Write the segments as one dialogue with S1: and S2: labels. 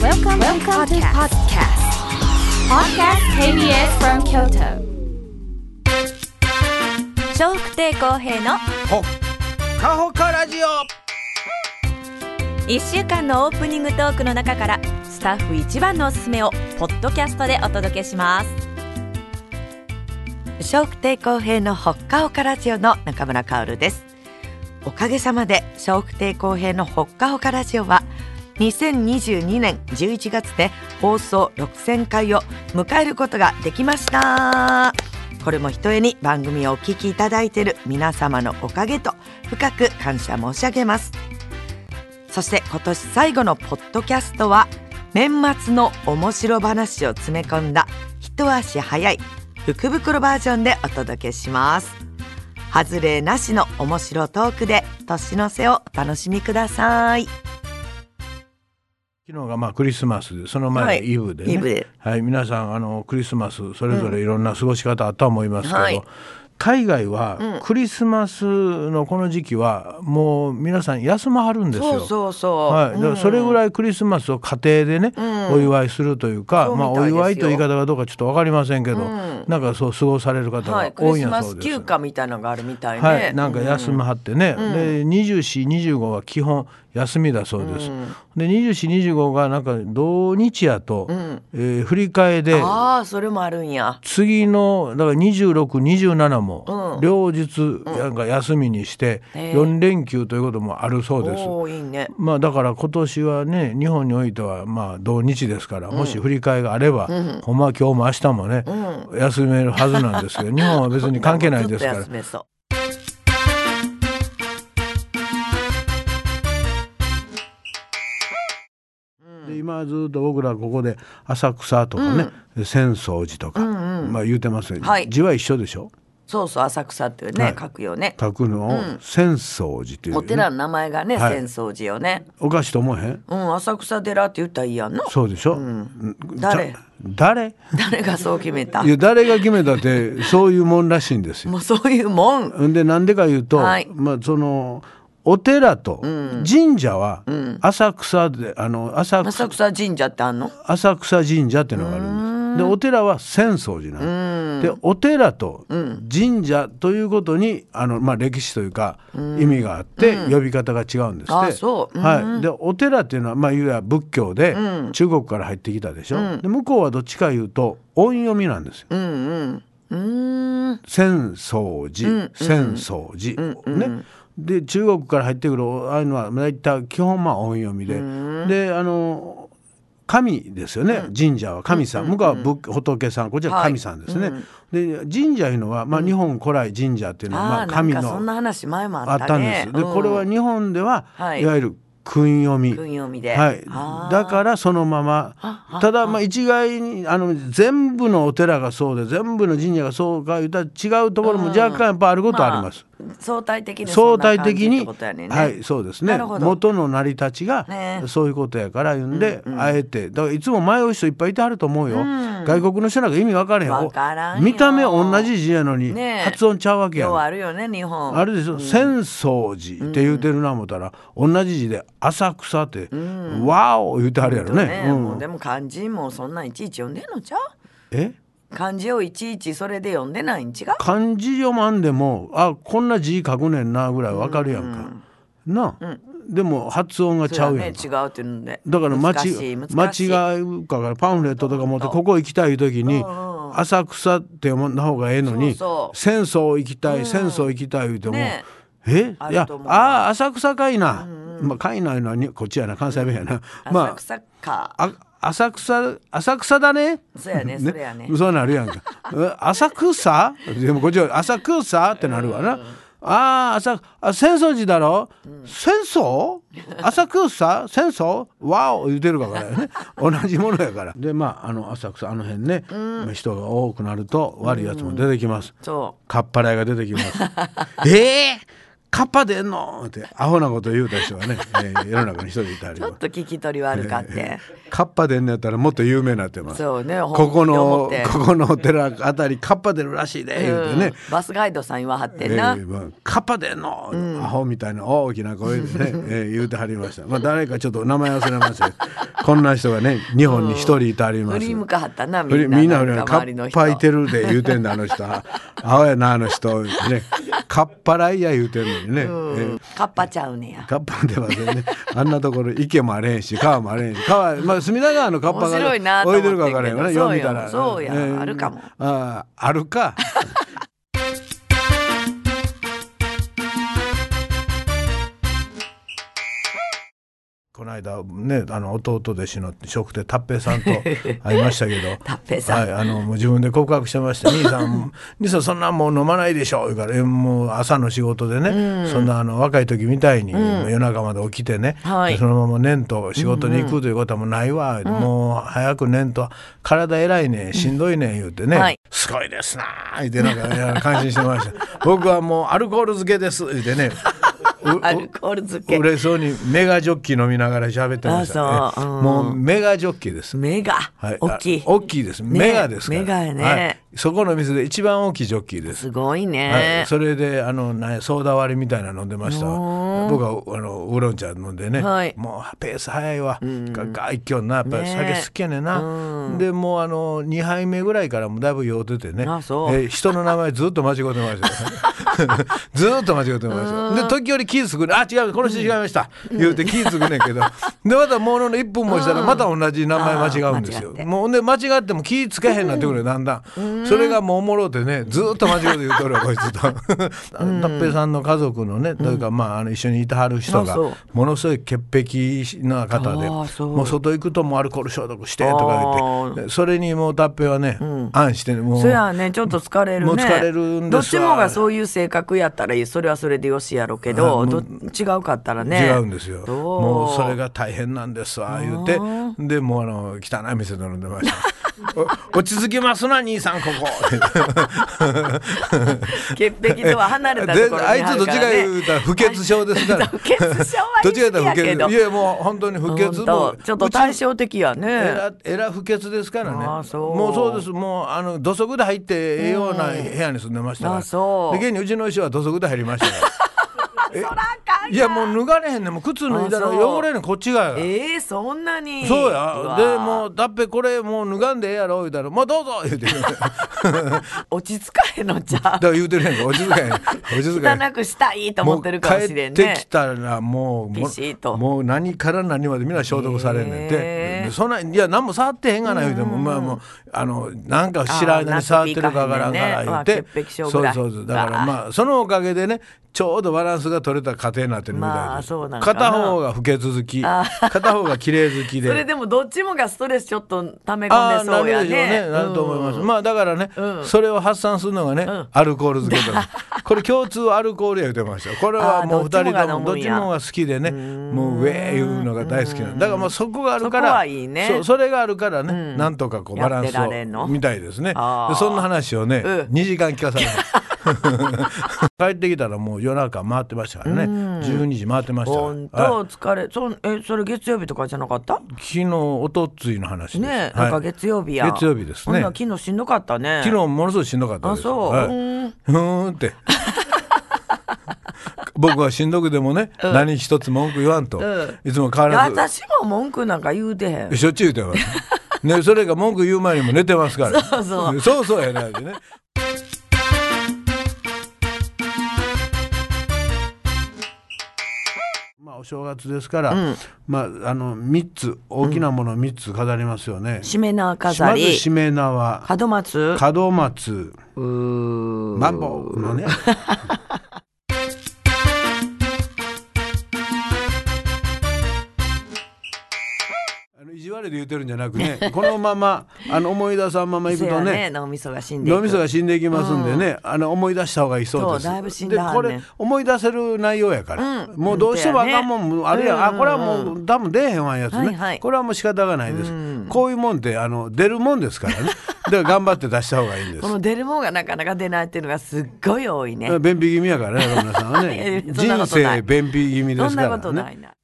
S1: Welcome, to podcast. Podcast KBS from Kyoto. 笑福亭公平の
S2: ほっかほかラジオ
S1: 1週間のオープニングトークの中からスタッフ一番のおすすめをポッドキャストでお届けします。
S3: 笑福亭公平のほっかほかラジオの中村香織ですおかげさまで笑福亭公平のほっかほかラジオは2022年11月で放送6000回を迎えることができましたこれもひとえに番組をお聞きいただいている皆様のおかげと深く感謝申し上げますそして今年最後のポッドキャストは年末の面白話を詰め込んだ一足早い福袋バージョンでお届けします外れなしの面白トークで年の瀬をお楽しみください
S2: 昨日がまあクリスマスその
S3: は
S2: 前
S3: い
S2: イブでね、
S3: イ
S2: は
S3: ブ
S2: い
S3: で
S2: 皆さんあのクリスマスそれぞれいろんな過ごし方あったと思いますけど、
S3: はい
S2: 海外はクリスマスのこの時期はもう皆さん休まはるんですよ。
S3: そうそうそう、
S2: はい、だからそれぐ
S3: い
S2: らいクリスマスを家庭でね、お祝いするというか、
S3: そうみ
S2: ま
S3: たい
S2: あ
S3: ですよ
S2: お祝いという言い方がどうかちょっとわかりませんけど、
S3: ん
S2: なんかそう過ごされる方
S3: は
S2: が
S3: い、クリ
S2: 多いん
S3: ス
S2: や
S3: マ
S2: そ
S3: ス
S2: うです。
S3: 休暇みたいなのがあるみたいね、
S2: はい、なんか休まはってね、で24、25は基本休みだそうです。で24、25がなんか土日やと、えー振り替えで
S3: ああそれもあるんや
S2: 次のだから26、27も両日なんか休みにして
S3: へえ
S2: 4連休ということもあるそうです。
S3: おおいいね
S2: まあだから今年はね日本においてはまあ同日ですから、もし振り替えがあれば、ほんまは今日も明日もね、休めるはずなんですけど日本は別に関係ないですか
S3: ずっ
S2: ら
S3: と休めそ
S2: で今ずっと僕らここで浅草とかね、浅草寺とか、まあ言うてますけど、
S3: はい
S2: 字は一緒でしょ
S3: うそうそう浅草っていうね、
S2: はい
S3: 書くよね
S2: 書くのを浅草寺という、ね
S3: お寺の名前がね、
S2: はい
S3: 浅草寺よね
S2: おかしいと思えへん
S3: うん浅草寺って言ったらいいや んな
S2: そうでしょ、
S3: 誰
S2: ちゃ誰
S3: 誰がそう決めた
S2: いや誰が決めたってそういうもんらしいんですよ
S3: もうそういうもん
S2: んでなんでか言うと、
S3: はい
S2: まあそのお寺と神社は浅草で、あの浅
S3: 浅
S2: 草
S3: 草神社ってあんの
S2: 浅草神社っていうのがあるんです。でお寺は浅草寺なんですでお寺と神社ということにあの、まあ、歴史というか意味があって呼び方が違うんですって、
S3: あそう
S2: はい、でお寺っていうのは、まあ、いわゆる仏教で中国から入ってきたでしょ、で向こうはどっちかいうと音読みなんですよ。浅草寺浅草寺、ねで中国から入ってくるああいうのは大体基本まあ音読みで、であの神ですよね、神社は神さん、向こうは仏仏さんこっちは神さんですね、で神社いうのは、まあ、日本古来神社っていうのは、ま
S3: あ
S2: あ、
S3: あーなん
S2: 神
S3: かそん
S2: の
S3: な話前も
S2: あ
S3: あっ
S2: った
S3: た
S2: んで
S3: ね
S2: す、でこれは
S3: うん
S2: 日本では、
S3: はい
S2: い、わゆる訓読み
S3: 訓読みで
S2: はい
S3: あ、ー
S2: だからそのま
S3: あ
S2: まただまあ一概にあの全部のお寺がそうで全部の神社がそうか言ったら違うところも若干やっぱあることはあります、
S3: あ相対的に
S2: 相対的に、
S3: そんな感じってことやねんね
S2: はいそうです
S3: な
S2: ね
S3: るほど
S2: 元の成り立ち
S3: ね
S2: がそういうことやから言うんで、あえてだからいつも迷う人いっぱいいてはると思うよ、外国の人なんか意味分からへん
S3: わからんよ
S2: 見た目同じ字やのに
S3: ねえ
S2: 発音ちゃうわけやん、
S3: 量あるよね日本
S2: あれでしょ、浅草寺って言うてるな思ったら、同じ字で浅草って、わお言うてあるやろね。
S3: ね
S2: うん
S3: もうでも漢字もそんなんいちいち読んでんのちゃう
S2: え
S3: 漢字をいちいちそれで読んでないん違う
S2: 漢字読まんでもあこんな字書くねんなぐらいわかるやんか。なあ、でも発音がちゃうやんか。
S3: それはね違うっていうので
S2: だから間
S3: 難し
S2: 違
S3: い
S2: 間
S3: 難しい
S2: 違うからパンフレットとか持ってここ行きたい時に「浅草」って読んだ方がええのに
S3: そう
S2: 「
S3: そう
S2: 浅草行きたい浅草行きたい」言うても
S3: ね
S2: 「え
S3: あ
S2: い
S3: る
S2: や
S3: と思う
S2: ああ浅草かいな」まあ「かいな」いうのはにこっちやな関西弁やなま
S3: 浅草か、
S2: ああ浅草浅草だね
S3: そうやねそれやね
S2: そうなるやんか え浅草でもこっちは浅草ってなるわなあー浅あ浅草寺だろ、浅草浅草浅草わお言うてるから ね同じものやからでまああの浅草あの辺ね、まあ人が多くなると悪いやつも出てきます、
S3: そう
S2: かっぱらいが出てきますえーカッパでんの!」ってアホなこと言うた人がね、えー世の中に一人いたり
S3: ちょっと聞き取り悪かって。
S2: カッパでんのやったらもっと有名になってます。
S3: そうね、
S2: ここ
S3: 本
S2: の
S3: 気で思って
S2: ここのお寺あたりカッパ出るらしいで言うてね、
S3: うんバスガイドさん言わはって
S2: え
S3: んな。
S2: ーまあカッパでんの、アホみたいな大きな声でね、えー言うてはりました、まあ、誰かちょっと名前忘れましたけど こんな人がね日本に一人いてはりま
S3: 振
S2: す
S3: り向かはったな、み
S2: み
S3: ん
S2: ん
S3: な。
S2: なみんな
S3: なんか
S2: カ
S3: 周りの
S2: ッ
S3: 人
S2: パいてるで言うてんだあ の人あ青やなあの人ねカッパライヤ言うてんのにね、えー
S3: カッパちゃうねや。
S2: カッパ出ませ んね。あんなところ池もあれへんし、川もあれへんし、川、まあ隅田川のカッパ
S3: 面白いな
S2: が
S3: と思
S2: 泳
S3: っ
S2: い
S3: てん
S2: で
S3: けど
S2: るかわからへんわね。
S3: そうよ
S2: よう見たら。
S3: そうや
S2: ん
S3: あるかも
S2: ああ、あるか。 この間ね、あの弟弟子の食亭達平さんと会いました けど
S3: 達平さん
S2: はい、あのもう自分で告白してました「兄さ ん兄さんそんなもう飲まないでしょ」言うからえ「もう朝の仕事でね、そんなあの若い時みたいに、夜中まで起きてね、
S3: はい
S2: でそのまま年と仕事に行くということはもうないわ、もう早く年と体偉いねしんどいね」言うてね、
S3: はい
S2: すごいですなー」言ってなんかいや感心してました 「僕はもうアルコール漬けです」言ってねう
S3: アルコール漬け。
S2: 嬉しそうにメガジョッキ飲みながら喋ってました、
S3: あそううん
S2: もうメガジョッキです。
S3: 目が
S2: はい、
S3: 大きい
S2: あ。大きいです。メガですから。
S3: メガやね
S2: はい。そこの店で一番大きいジョッキーです。
S3: すごい
S2: は
S3: ね
S2: い、。それであのなんやソーダ割りみたいなの飲んでましたわ僕はあのウーロン茶飲んでね、
S3: はい
S2: もうペース早いわ、ガガ一挙なやっぱり
S3: ねえ
S2: 酒好きやねんな、でもうあの2杯目ぐらいからもうだいぶ酔うててね
S3: あそう
S2: えー人の名前ずっと間違ってました よずっと間違ってましたよで時折気ぃつくね「あ違うこの人違いました」言うて気ぃつくねんけ どでまたものの1分もしたらまた同じ名前間違うんです
S3: あー間違っ
S2: よ
S3: て
S2: もうほんで間違っても気ぃつけへんなってくるよだんだんそれがもうおもろうてねずーっと間違って言う とるわこいつとあの達平さんの家族のねというかまああの一緒にいてはる人
S3: あ
S2: が
S3: そう
S2: ものすごい潔癖な方で
S3: あーそう
S2: もう外行くともうアルコール消毒してとか言ってでそれにもう達平はねあんしてねもう
S3: そやね、ちょっと疲れるね。
S2: もう疲れるんですわ
S3: どっちもがそういう性格やったらいい。それはそれでよしやろうけど、ど違うかったらね。
S2: 違うんですよ。
S3: どう
S2: もうそれが大変なんですわ言うてでもうあの汚い店で飲んでました。 お落ち着きますな兄さんここ。
S3: 潔癖とは離れたところにあ
S2: であいつ
S3: る
S2: ど
S3: か
S2: っち
S3: ら
S2: が
S3: ね。
S2: 言うたら不潔症ですから
S3: 不潔症は
S2: ど
S3: 言い
S2: っちが言う
S3: 過ぎや
S2: たら不
S3: けど
S2: 潔いやもう本当に不潔も
S3: 本当ちょっと対
S2: うち
S3: 照的や
S2: え
S3: ね。
S2: らえら不潔ですからね
S3: あーそう
S2: もうそうですもうあの土足で入ってええような部屋に住んでましたから、
S3: あそう
S2: で現にうちの師匠は土足で入りましたから
S3: そらあかん
S2: いやもう脱がれへんねんもう靴脱いだら
S3: あそう
S2: 汚れるこっちが
S3: えー、そんなに
S2: そう
S3: わ
S2: やでもうだっぺこれもう脱がんでええやろ言うたら「もうどうぞ!」言う てだか
S3: 落ち着かへんのじゃ
S2: ら言うてるやんか落ち着かへん落ち着かへん
S3: 汚くしたいと思ってるかもしれん
S2: もう帰
S3: ね
S2: ってきたらもうも
S3: ピシッと
S2: うもう何から何までみんな消毒されんねんて、
S3: へー
S2: でそんないや何も触ってへんがな言うても、まあもうあのなんか知らん間に触ってるかわからんから言う
S3: あ
S2: て
S3: ー、潔癖症
S2: そ
S3: ぐら
S2: う
S3: い
S2: そうそうだから
S3: あー
S2: まあそのおかげでねちょうどバランスが取れた家庭になってるみたいです、
S3: まあそうなんかな
S2: 片方が不潔好き
S3: あ
S2: 片方が綺麗好き で
S3: それでもどっちもがストレスちょっと溜め
S2: あ
S3: 込
S2: あ
S3: んでそうやね
S2: なるでしょうねなると思います、まあだからね、
S3: うん
S2: それを発散するのがね、アルコール漬 けとかこれ共通アルコールや言ってましたよこれはも
S3: あ
S2: う
S3: ー
S2: 二
S3: どっちも
S2: 人
S3: が
S2: とも
S3: 飲
S2: ど
S3: む
S2: っ
S3: ん
S2: ち
S3: や
S2: もが好きでねもうウェーいうのが大好きなんだからまあそこがあるから
S3: そこはいいね
S2: そうそれがあるからね、なんとかこうバランス
S3: やってられんの
S2: をみたいですねで
S3: あー
S2: そんな話をね、
S3: うん
S2: 2時間聞かされ た帰ってきたらもう夜中回ってましたからね、12時回ってましたから
S3: 本
S2: はい
S3: 当疲れそんえそれ月曜日とかじゃなかった
S2: 昨日おとついの話です
S3: ねな
S2: はい
S3: んか月曜日や
S2: 月曜日です
S3: ほ
S2: ね
S3: んなら昨日しんどかったね
S2: 昨日ものすごいしんどかったです。
S3: あそう
S2: はい、
S3: う
S2: う
S3: ー
S2: ーんって。 僕はしんどくでもね、何一つ文句言わんと、
S3: ん
S2: いつも変わらず
S3: 私も文句なんか言うてへん
S2: しょっちゅう言 ってます。ね、それが文句言う前にも寝てますから。
S3: そうそう
S2: そうそうやなってね。まあお正月ですから、まああの三つ大きなものを三つ飾りますよね。
S3: しめ縄飾
S2: まず
S3: り
S2: しめ縄、
S3: 門松
S2: 門松。
S3: うー
S2: マンボウのね。 あの意地悪で言ってるんじゃなくねこのままあの思い出さんままいくと
S3: せや
S2: ね
S3: 脳みそが死んでいく
S2: 脳みそが死んでいきますんでね、あの思い出した方がいいそうです
S3: そうだいぶ死ん
S2: で
S3: だは
S2: こ
S3: んねん
S2: れ思い出せる内容やから、
S3: うん
S2: もうどうしてもあかんもん、
S3: そうやね
S2: あれや、
S3: うん
S2: あこれはもう多分出えへんわんやつね、
S3: はいはい
S2: これはもう仕方がないです、
S3: うん
S2: こういうもんってあの出るもんですからねだから頑張って出した方がいいんです
S3: この出るもんがなかなか出ないっていうのがすっごい多いね
S2: 便秘気味やからねロムナさんはね
S3: いやそんなこ
S2: 人
S3: とない
S2: 生便秘気味で
S3: そん
S2: すか
S3: な
S2: ら
S3: こ
S2: ね
S3: とないな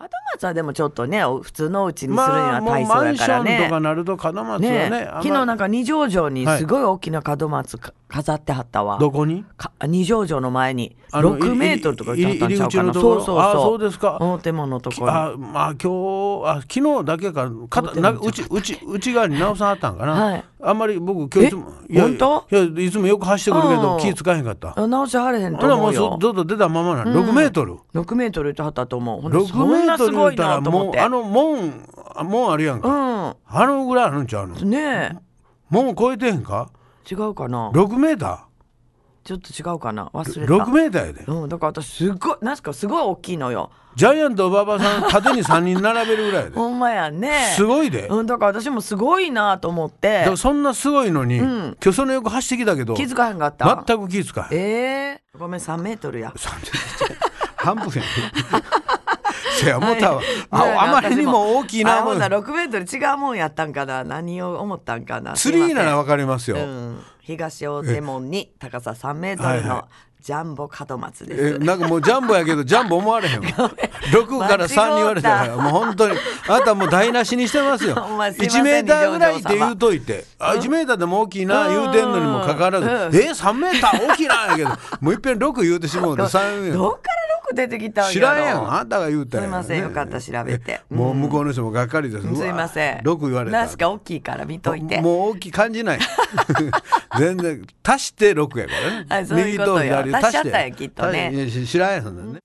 S3: 門松はでもちょっとねお普通のうちにするに
S2: まあ
S3: は
S2: もう
S3: 大
S2: マ
S3: 層や
S2: ンシ
S3: から
S2: ョン
S3: ね
S2: とかなると門松はね
S3: ね
S2: あんま
S3: 昨日なんか二条城にすごい大きな門松か飾ってはったわ、
S2: どこに
S3: か二条城の前に
S2: あの
S3: 6メートルとか言ってはったんちゃうかな
S2: 入り入り口のとこ
S3: そう
S2: ろ
S3: そうそう
S2: あそうですか
S3: 表門のところに
S2: あまあ今日あ昨日だけかか
S3: 思って
S2: な
S3: るんちゃう
S2: うちうち内側に直さんあったんかな、
S3: はい
S2: あんまり僕今日いつも
S3: え
S2: いや
S3: 本当
S2: いやいつもよく走ってくるけ
S3: う
S2: ど
S3: ん
S2: 気使えへんかった
S3: あ直しはれへん
S2: ほ
S3: と
S2: な
S3: 思
S2: もう
S3: う
S2: そ
S3: よ
S2: ずっと出たままなの6メートル、
S3: 6メートル言ってはったと思うほんで
S2: 六
S3: そん
S2: メー
S3: な
S2: ト
S3: す
S2: ル言
S3: ご
S2: っ
S3: い
S2: たら
S3: なと思
S2: も
S3: っ
S2: う
S3: て
S2: あの門あ門あるやんか、あのぐらいあるんちゃうの
S3: うんね
S2: 門超えてへんか
S3: え違うかな
S2: 6メータ
S3: ちょっと違うかな忘
S2: ー
S3: れた
S2: 6メーターやで
S3: うんだから私すっごいなんすかすごい大きいのよ
S2: ジャイアント馬場さん縦に3人並べるぐらいやで
S3: ほんまやね
S2: すごいで、
S3: うんだから私もすごいなと思って
S2: でもそんなすごいのに、
S3: ん
S2: 今日そのよく走ってきたけど
S3: 気づかへんかった
S2: 全く気づかへん
S3: えー、ごめん3メートルや
S2: 三十半 分やね。せや思ったわ、
S3: ねえ
S2: あ。あまりにも大きいな
S3: あ
S2: も
S3: ほん
S2: ん
S3: な。ら6メートル違うもんやったんかな何を思ったんかな
S2: ツリーなら
S3: わ
S2: わかりますよ。
S3: うん、東大手門に高さ3メートル
S2: はいは
S3: のジャンボ門松です、
S2: えなんかもうジャンボやけどジャンボ思われへんわ6から3に言われたからもう本当にあなたもう台無しにしてますよ
S3: お前すいませ
S2: 1
S3: ん
S2: メーターぐらいって言うといてあ1メーターでも大きいな言うてんのにもかかわらず
S3: う
S2: え3メーター大きいなやけどもういっぺん6言うてしまうんで3
S3: どっから6出てきたんやろ
S2: 知らんやんあんたが言うたんやん
S3: すいませんよかった調べて
S2: えもう向こうの人もがっかりですうわ
S3: すいません
S2: 6言われた
S3: なんすか大きいから見といて
S2: もう大きい感じない 全然足して6やから
S3: あ
S2: ね
S3: そういうことよ
S2: 右と左
S3: 足しちゃったんやきっとね
S2: 足していやし知らんやそんなんね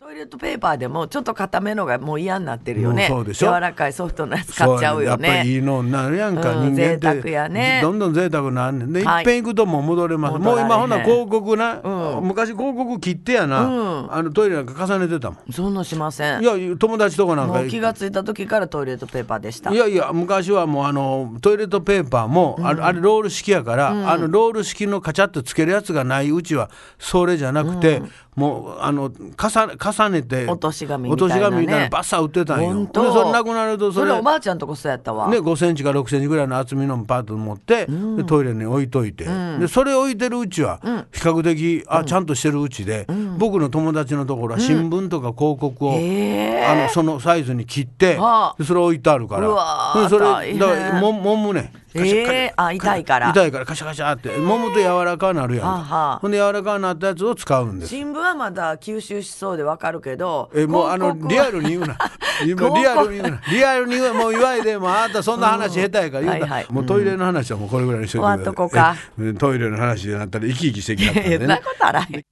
S3: トイレットペーパーでもちょっと固めのがもう嫌になってるよね
S2: もうそうでしょ
S3: 柔らかいソフトなやつ買っちゃうよ
S2: そやっぱり
S3: ね
S2: いいのになるやんか、
S3: うん
S2: 人間って
S3: 贅沢やね
S2: どんどん贅沢なんねんで、
S3: はい
S2: い、っぺん行くともう戻れます
S3: 戻
S2: も
S3: ら
S2: う
S3: れへん
S2: 今ほな広告な、
S3: う
S2: 昔広告切ってやな、
S3: うん
S2: あのトイレなんか重ねてたもん
S3: そんなんしません
S2: いや友達とかなんか
S3: もう気がついた時からトイレットペーパーでした
S2: いやいや昔はもうあのトイレットペーパーも、あれあれロール式やから、あのロール式のカチャッとつけるやつがないうちはそれじゃなくて、もうあの重ね重ねて
S3: 落とし紙み
S2: 落
S3: たい
S2: と
S3: な、ね、
S2: し紙みたいなのバッサ売ってたんよ
S3: 本
S2: で
S3: 当
S2: それなくなるとそ
S3: それ
S2: れ
S3: おばあちゃんとこそうやったわ、
S2: ね、5センチから6センチぐらいの厚みのパート持って、でトイレに置いといて、でそれ置いてるうちは比較的、あちゃんとしてるうちで、僕の友達のところは新聞とか広告を、
S3: えー
S2: あのそのサイズに切って、
S3: はあ
S2: でそれ置いてあるから
S3: うわー
S2: でそ
S3: 大
S2: れ
S3: 変
S2: だからももむねん
S3: えー、あ痛いから
S2: 痛いからカシャカシャってもむと柔らかなるやんか
S3: はあはあ
S2: ほんで柔らかなったやつを使うんです
S3: 新聞はまだ吸収しそうでわかるけど
S2: えもうあの
S3: 広告は
S2: リアルに 言うな今リアルに言うなリアルに言うもう言わいでもうあんたそんな話下手やから言うた、
S3: はいはい
S2: もうトイレの話はもうこれぐらいにしといて
S3: 終わっとこうか
S2: えトイレの話になったら生き生きしてきたか
S3: いや
S2: ら
S3: そんな
S2: ね
S3: ことあら へん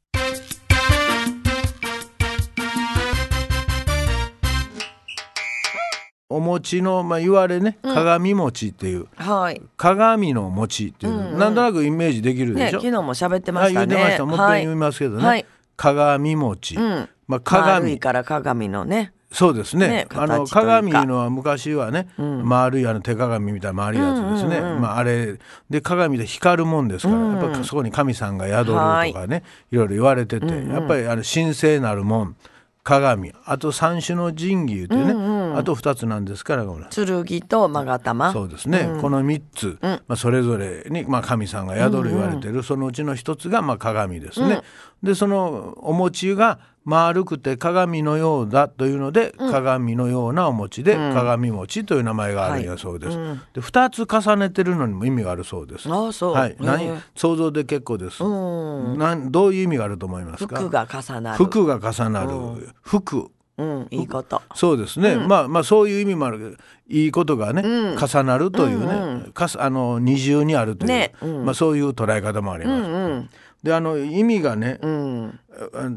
S2: お餅の、まあ、言われね鏡餅っていう、
S3: はい
S2: 鏡の餅っていうの、なんとなくイメージできるで
S3: ね
S2: しょ、
S3: 昨日も喋ってまし
S2: あ言
S3: た
S2: っ
S3: ね
S2: てました。もう一
S3: は
S2: 回
S3: い
S2: 言いますけどね。
S3: はい
S2: 鏡餅。
S3: ん
S2: まあ
S3: 丸
S2: 鏡
S3: い。から鏡のね
S2: そうですね。
S3: ね
S2: あの
S3: 形というか
S2: 鏡のは昔はね、丸いあの手鏡みたいな丸いやつですね。まああれで鏡で光るもんですから、やっぱりそこに神さんが宿るとかね、いろいろ言われてて、やっぱりあの神聖なるもん。鏡あと三種の神器というね、あと二つなんですからごめんなさい
S3: 剣と勾玉
S2: そうですね、この3つ、まあ、それぞれに、まあ、神さんが宿る言われてる、そのうちの一つが、まあ、鏡ですね、でそのお餅が丸くて鏡のようだというので、鏡のようなお餅で、鏡餅という名前があるんやそうです、で2つ重ねてるのにも意味があるそうです
S3: ああそう
S2: はい、
S3: へえ
S2: 何想像で結構です、なんどういう意味があると思いますか
S3: 服が重なる
S2: 服が重なる服
S3: うん、いいこと。
S2: そうですね、まあまあそういう意味もあるけどいいことがね、
S3: うん
S2: 重なるというね、かすあの二重にあるという、
S3: ねうん
S2: まあ、そういう捉え方もあります。
S3: うん
S2: であの意味がね、
S3: うん。
S2: あ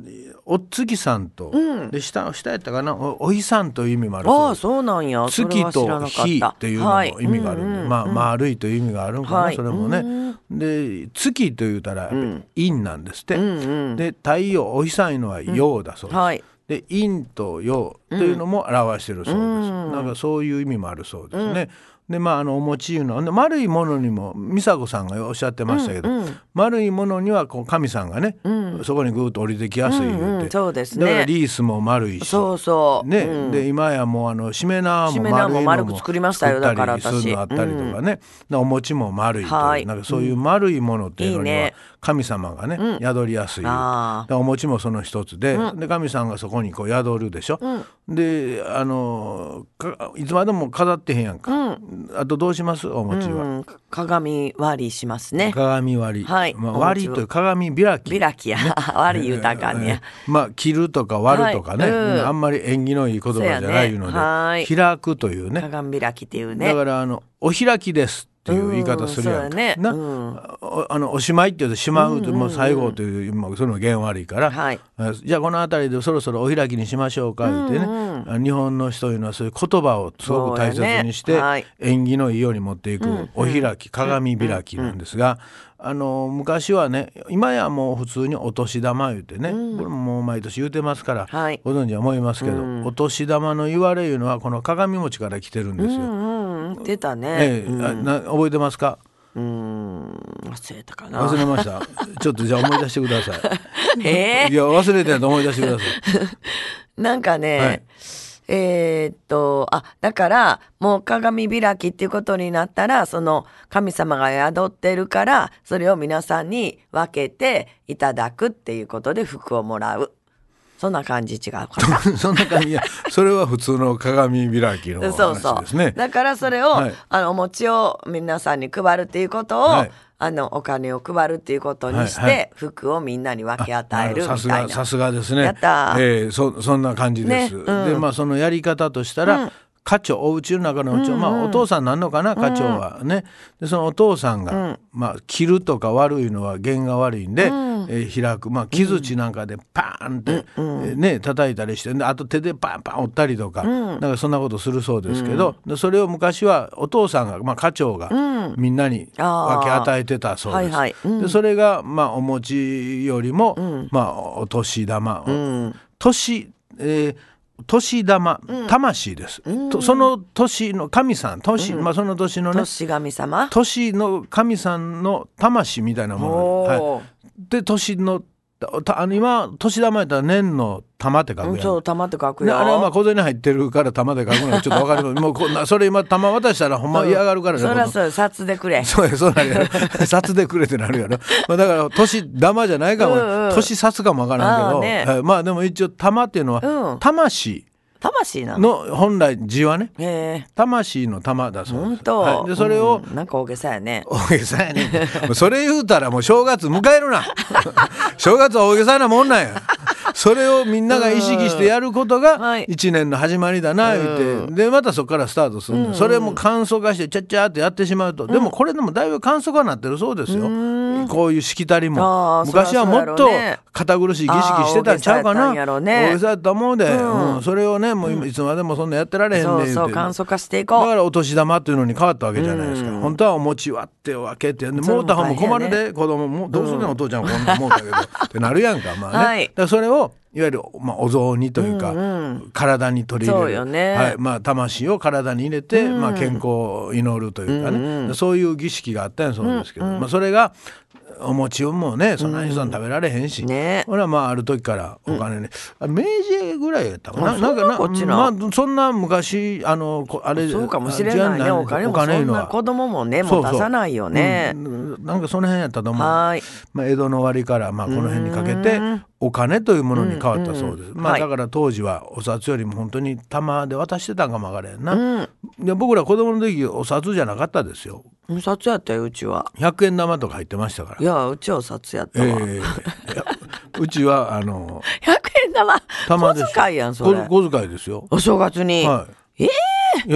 S2: おっつきさんと、
S3: うん
S2: で下下やったかなおお日さんという意味もあ
S3: あ
S2: る
S3: あ、
S2: そう
S3: そうなんや。それ
S2: 月
S3: は知らな
S2: と
S3: かっ
S2: 日
S3: た
S2: というのも意味があるんで、
S3: はいうんうん
S2: まあ丸いという意味があるんかな、
S3: はい
S2: それもね。
S3: うん
S2: で月というたらやっぱり陰なんですって、
S3: うんうん
S2: で太陽お日さんいうのは陽だそうです。
S3: はい。
S2: で陰と陽というのも表してるそうです、
S3: うん
S2: なんかそういう意味もあるそうですね、でまああのお餅いうのはで丸いものにも美佐子さんがおっしゃってましたけど、
S3: うんうん
S2: 丸いものにはこう神さんがね、そこにぐーっと降りてきやすい言うて、
S3: うんうんそうですね
S2: だからリースも丸いし
S3: そうそう。
S2: ね、
S3: うん
S2: で今やもうあのしめ縄
S3: し
S2: も
S3: め
S2: 丸
S3: 縄
S2: いのも
S3: も丸く作りましたよだから私
S2: 作ったりするのあったりとかね、でお餅も丸いという、
S3: はい
S2: なんかそういう丸いものっていうのに
S3: いい
S2: は
S3: ね
S2: 神様がね、宿りやすい
S3: あー
S2: でお餅もその一つで,、で神さんがそこにこう宿るでしょ、であのかいつまでも飾ってへんやんか、あとどうしますお餅は、
S3: うん鏡割りしますね。
S2: 鏡割り、
S3: はい
S2: ま
S3: お
S2: あ、
S3: 餅を
S2: 割りという鏡開き
S3: 開きや 割り豊かに
S2: え
S3: や
S2: ー。まあ切るとか割るとか
S3: は
S2: ね、
S3: いうん
S2: うんあんまり縁起のいい言葉じゃないの
S3: そう
S2: で、
S3: やねはい
S2: 開くというね
S3: 鏡開きっていう
S2: だ
S3: ね
S2: か。らあの「お開きです」っていう言い方するや
S3: うんそ
S2: ん
S3: う
S2: か、
S3: やね
S2: な
S3: うん
S2: おあのおしまいって言うと「しまう」ともう最後という、もうその弦悪いから、
S3: はい
S2: あじゃあこの辺りでそろそろお開きにしましょうか言ってね、あ日本の人というのはそういう言葉をすごく大切にし
S3: そう
S2: て、
S3: やねはい
S2: 縁起のいいように持っていくお開き鏡開きなんですが、あの昔はね今やもう普通にお年玉言ってね、これももう毎年言うてますから、
S3: はい
S2: ご存知は思いますけど、お年玉の言われいうのはこの鏡餅から来てるんですよ。
S3: うんうん出た
S2: え
S3: ね。
S2: えあな覚えてますか
S3: うん忘れたかな
S2: 忘。れましたちょっとじゃあ思い出してください、
S3: え
S2: いや忘れてないと思い出してください
S3: なんかね、
S2: はい
S3: えーっとあだからもう鏡開きっていうことになったらその神様が宿ってるからそれを皆さんに分けていただくっていうことで服をもらうそんな感じ違うか
S2: そんな感じいやそれは普通の鏡開きの
S3: なそうそ
S2: 話ですね
S3: うだからそれを、
S2: はい
S3: あのお餅を皆さんに配るっていうことを、
S2: はい
S3: あのお金を配るっていうことにして、
S2: はいはい
S3: 服をみんなに分け
S2: あ
S3: 与え
S2: の
S3: るみた
S2: さ
S3: い
S2: す
S3: な
S2: がさすがですね。
S3: やったー
S2: ええそそんな感じです。
S3: ねうん
S2: でまあそのやり方としたら。家長お家の中のお家、まあ、お父さんなんのかな家長はねでそのお父さんが、まあ、切るとか悪いのは弦が悪いんで、えー開く、まあ、木槌なんかでパーンって、えーね叩いたりしてであと手でパンパン折ったりとか,、なんかそんなことするそうですけど、でそれを昔はお父さんが、まあ、家長がみんなに分け与えてたそうです。
S3: あーはいはいうん
S2: でそれがまあお餅よりも、まあお年玉、年、えー年玉、魂です、とその年の神さん年、まあその年のね
S3: 年神様
S2: 年の神さんの魂みたいなもの、
S3: おー
S2: はい、で年のたあの今年玉やったら年の玉って書くやん
S3: そう玉って書く
S2: ね
S3: よ
S2: あれはまあ小銭入ってるから玉で書くのはちょっとわかり ますもうこんなそれ今玉渡したらほんま嫌がるからね
S3: そ
S2: こ
S3: り
S2: の
S3: ゃそう札で くれ
S2: そうや、そうなるや ろ。札でくれってなるやろ。まあだから、年玉じゃないかも、
S3: うんうん
S2: 年札かもわからんけど、
S3: あーね
S2: はいまあでも一応玉っていうのは、
S3: うん
S2: 魂
S3: 魂なの
S2: の本来字はね、
S3: へえ
S2: 魂の玉だそう
S3: 本
S2: です。
S3: 当、
S2: はいで、それを、
S3: うんなんか大げさやね
S2: 大げさやね。もうそれ言うたらもう正月迎える な。正月は大げさなもんなんや。それをみんなが意識してやること
S3: うんは
S2: が
S3: い
S2: 一年の始まりだな言って、でまたそこからスタートするんだ、それも簡素化してちゃっちゃーってやってしまうと、でもこれでもだいぶ簡素化になってるそうですよ、こういうしきたり
S3: あ
S2: も
S3: ー
S2: 昔は
S3: そりゃそうや
S2: も
S3: ろ
S2: っ
S3: う
S2: と
S3: ね
S2: 堅苦しい儀式してたんちゃうか
S3: あー大げさやった
S2: な
S3: んやろうね
S2: 大げさやったもんで、
S3: うん
S2: うんそれをねもう今いつまでもそんなやってられへんねん
S3: そう
S2: 言
S3: そう
S2: て
S3: 簡素化してい
S2: だ
S3: こ
S2: か
S3: う
S2: らお年玉っていうのに変わったわけじゃないですか、
S3: うん
S2: 本当はお餅割って分けてで
S3: それ
S2: も
S3: も
S2: うた方も困る
S3: 大変
S2: で、子供もどうすんねん、お父ちゃんこんなんもうたけどってなるやんかまあね、
S3: はい
S2: だからそれをいわゆる、まあ、お雑煮というか、体に取り入
S3: そ
S2: れる
S3: うよね
S2: はいまあ、魂を体に入れて、まあ、健康を祈るというかね、そういう儀式があったんやそうですけど、まあ、それがお餅をもうねそんなにそんな食べられへんし、
S3: ね
S2: 俺はまあある時からお金ね、あ明治ぐらいやったかな
S3: あそんなこっちな
S2: まあ、そんな昔あのこあれ
S3: そうかもしれないねお金もそんな子供もね
S2: そうそう
S3: 持たさないよね
S2: うんうんなんかその辺やったと思う、
S3: は
S2: まあ、
S3: ーい
S2: 江戸の終わりからまあこの辺にかけてお金というものに変わったそうです、ま
S3: は
S2: あ、
S3: い
S2: だから当時はお札よりも本当に玉で渡してたんかもわからへんな、で僕ら子供の時お札じゃなかったですよ
S3: お札やったようちは
S2: 100円玉とか入ってましたから
S3: いやうちはお札やった
S2: え
S3: わ、
S2: えいやうちはあの
S3: 100円玉
S2: 玉で
S3: 小
S2: す
S3: 遣いやん そ
S2: 小
S3: れ
S2: 小遣いですよ。
S3: お正月に、
S2: はい。いや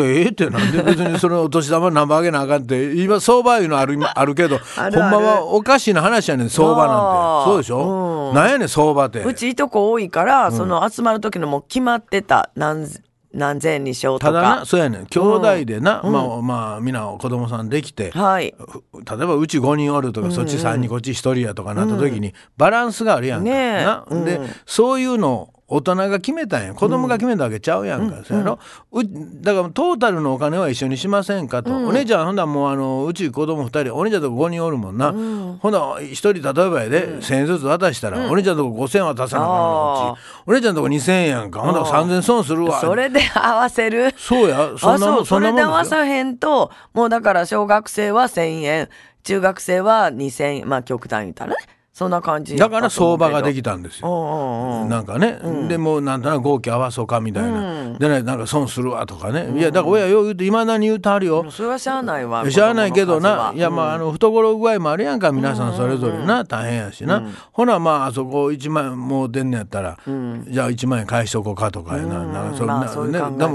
S2: ええってなんで別にそのお年玉何番あげなあかんって今相場いうのある今あるけど
S3: あるある
S2: ほんまはおかしな話やねん相場
S3: あ
S2: な
S3: ー
S2: んてそうでしょ、
S3: うん
S2: なんやねん相場って
S3: うちいとこ多いから、その集まる時のもう決まってた何何千にしようと
S2: ただ
S3: か
S2: なそうやねん兄弟でな、まあまあみんな子供さんできて、
S3: はい
S2: ふ例えばうち5人おるとか、そっち3人こっち1人やとかなった時に、バランスがあるやんか、
S3: ねえ
S2: な
S3: うん
S2: でそういうのを大人が決めたんや子供が決めたわけちゃうやんか、そやろうだからトータルのお金は一緒にしませんかと、お姉ちゃんほんだらもうあのうち子供2人お姉ちゃんとこ5人おるもんな、ほんだら1人例えばやで、1,000円ずつ渡したら、お姉ちゃんとこ5,000円渡さなあかんのうちお姉ちゃんとこ2,000円やんかほんだら3,000損するわ
S3: それで合わせる
S2: そうやそ
S3: あ
S2: んな
S3: そ
S2: も
S3: うんそ
S2: んな
S3: れ
S2: もん
S3: で
S2: で
S3: 合
S2: すよ
S3: わさへんともうだから小学生は1,000円中学生は2,000円まあ極端に言ったらねそんな感じ
S2: だから相場がで
S3: き
S2: きたんですよ。
S3: な
S2: なんかね、でもうなんとなく合計合わそうかみたいな、でねなんか損するわとかね、いやだから親よう言うていまだに言うてはるよ、
S3: それはしゃあないわ
S2: しゃあないけど
S3: 子供の数
S2: な
S3: はい
S2: やまああの懐具合もあるやんか皆さんそれぞれな、大変やしな、ほなまああそこ1万円もう出んのやったら、じゃあ1万円返しとこうかとかやな,、なんかそんな
S3: まあそういう考え方
S2: でも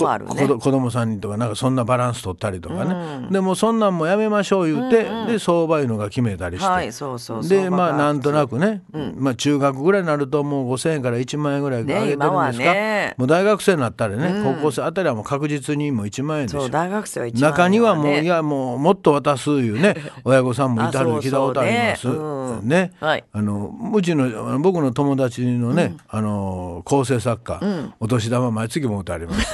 S3: もあるね
S2: こ子子供さんにとかなんかそんなバランス取ったりとかね、でもうそんなんもやめましょう言うて、で相場いうのが決めたりして、
S3: はいそうそう
S2: でまあな
S3: と
S2: んとなくね、まあ中学ぐらいになるともう5,000円から1万円ぐらい上げてるんです
S3: ね今は
S2: か、
S3: ね
S2: もう大学生になったらね、高校生あたりはもう確実にもう1万円でし
S3: そ
S2: ょ
S3: う大学生は一番
S2: 中にはもう、
S3: ね
S2: いやもうもっと渡すい うね親御さんもいた
S3: あそ
S2: る
S3: うそう
S2: 聞いたことあります
S3: ね
S2: ね,、
S3: うんはい
S2: あのうちのあの僕の友達のね、あの構成作家、お年玉毎月持ってあります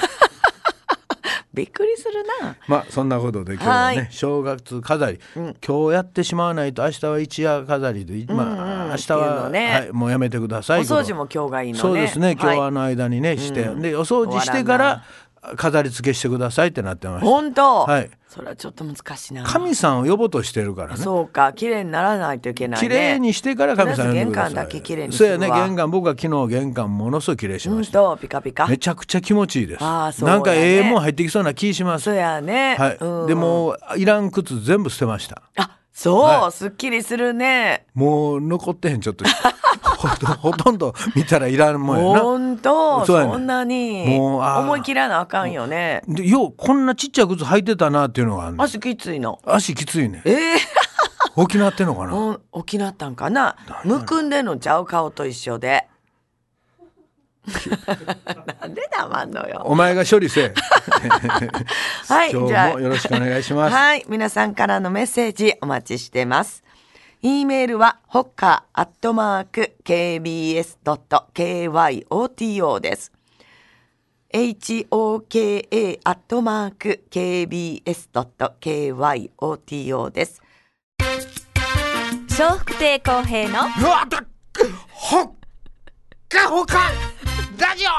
S3: びっくりするな
S2: まあそんなことで今日はね
S3: はい
S2: 正月飾り、今日やってしまわないと明日は一夜飾りで、まあ明日
S3: っていう
S2: は、
S3: のね
S2: はい、もうやめてくださ
S3: お
S2: い
S3: 掃除も今日がいいのね
S2: そうですね今日はあ
S3: い
S2: の間にね、して、でお掃除してから飾り付けしてくださいってなってました
S3: 本当
S2: はい
S3: それはちょっと難しいな
S2: 神さんを呼ぼうとしてるからね
S3: そうか綺麗にならないといけないね
S2: 綺麗にしてから神さん呼んでください
S3: とりあえず玄関だけ綺麗にす
S2: そう
S3: るわ
S2: やね玄関僕は昨日玄関ものすごい綺麗し
S3: う
S2: ま
S3: ん
S2: した、
S3: とピカピカ
S2: めちゃくちゃ気持ちいいです、
S3: あーそうだ
S2: な
S3: ね
S2: んかええもん入ってきそうな気します
S3: そうやね
S2: はい、
S3: うん
S2: でもういらん靴全部捨てました
S3: あそう、
S2: は
S3: すっきりするね
S2: もう残ってへんちょっとほとほとんど見たらいらんもんやな
S3: ほんと
S2: そうやね
S3: そんなに
S2: もうあー
S3: 思い切らなあかんよね
S2: でようこんなちっちゃい靴履いてたなっていうのがあんねん
S3: 足きついの
S2: 足きついね
S3: ええ
S2: 大きなってんのかな
S3: ー、うん起きなったんかなむくんでんのちゃう顔と一緒 でなんで黙んのよ
S2: お前が処理せえ
S3: はい
S2: 今
S3: じゃあ
S2: 日もよろしくお願いします
S3: はい。皆さんからのメッセージお待ちしてます。e メールは、ほか、アットマーク、kbs.kyoto です。hoka, アットマーク、kbs.kyoto です。
S1: 笑福亭公平の
S2: うわだっほっかほかラジオ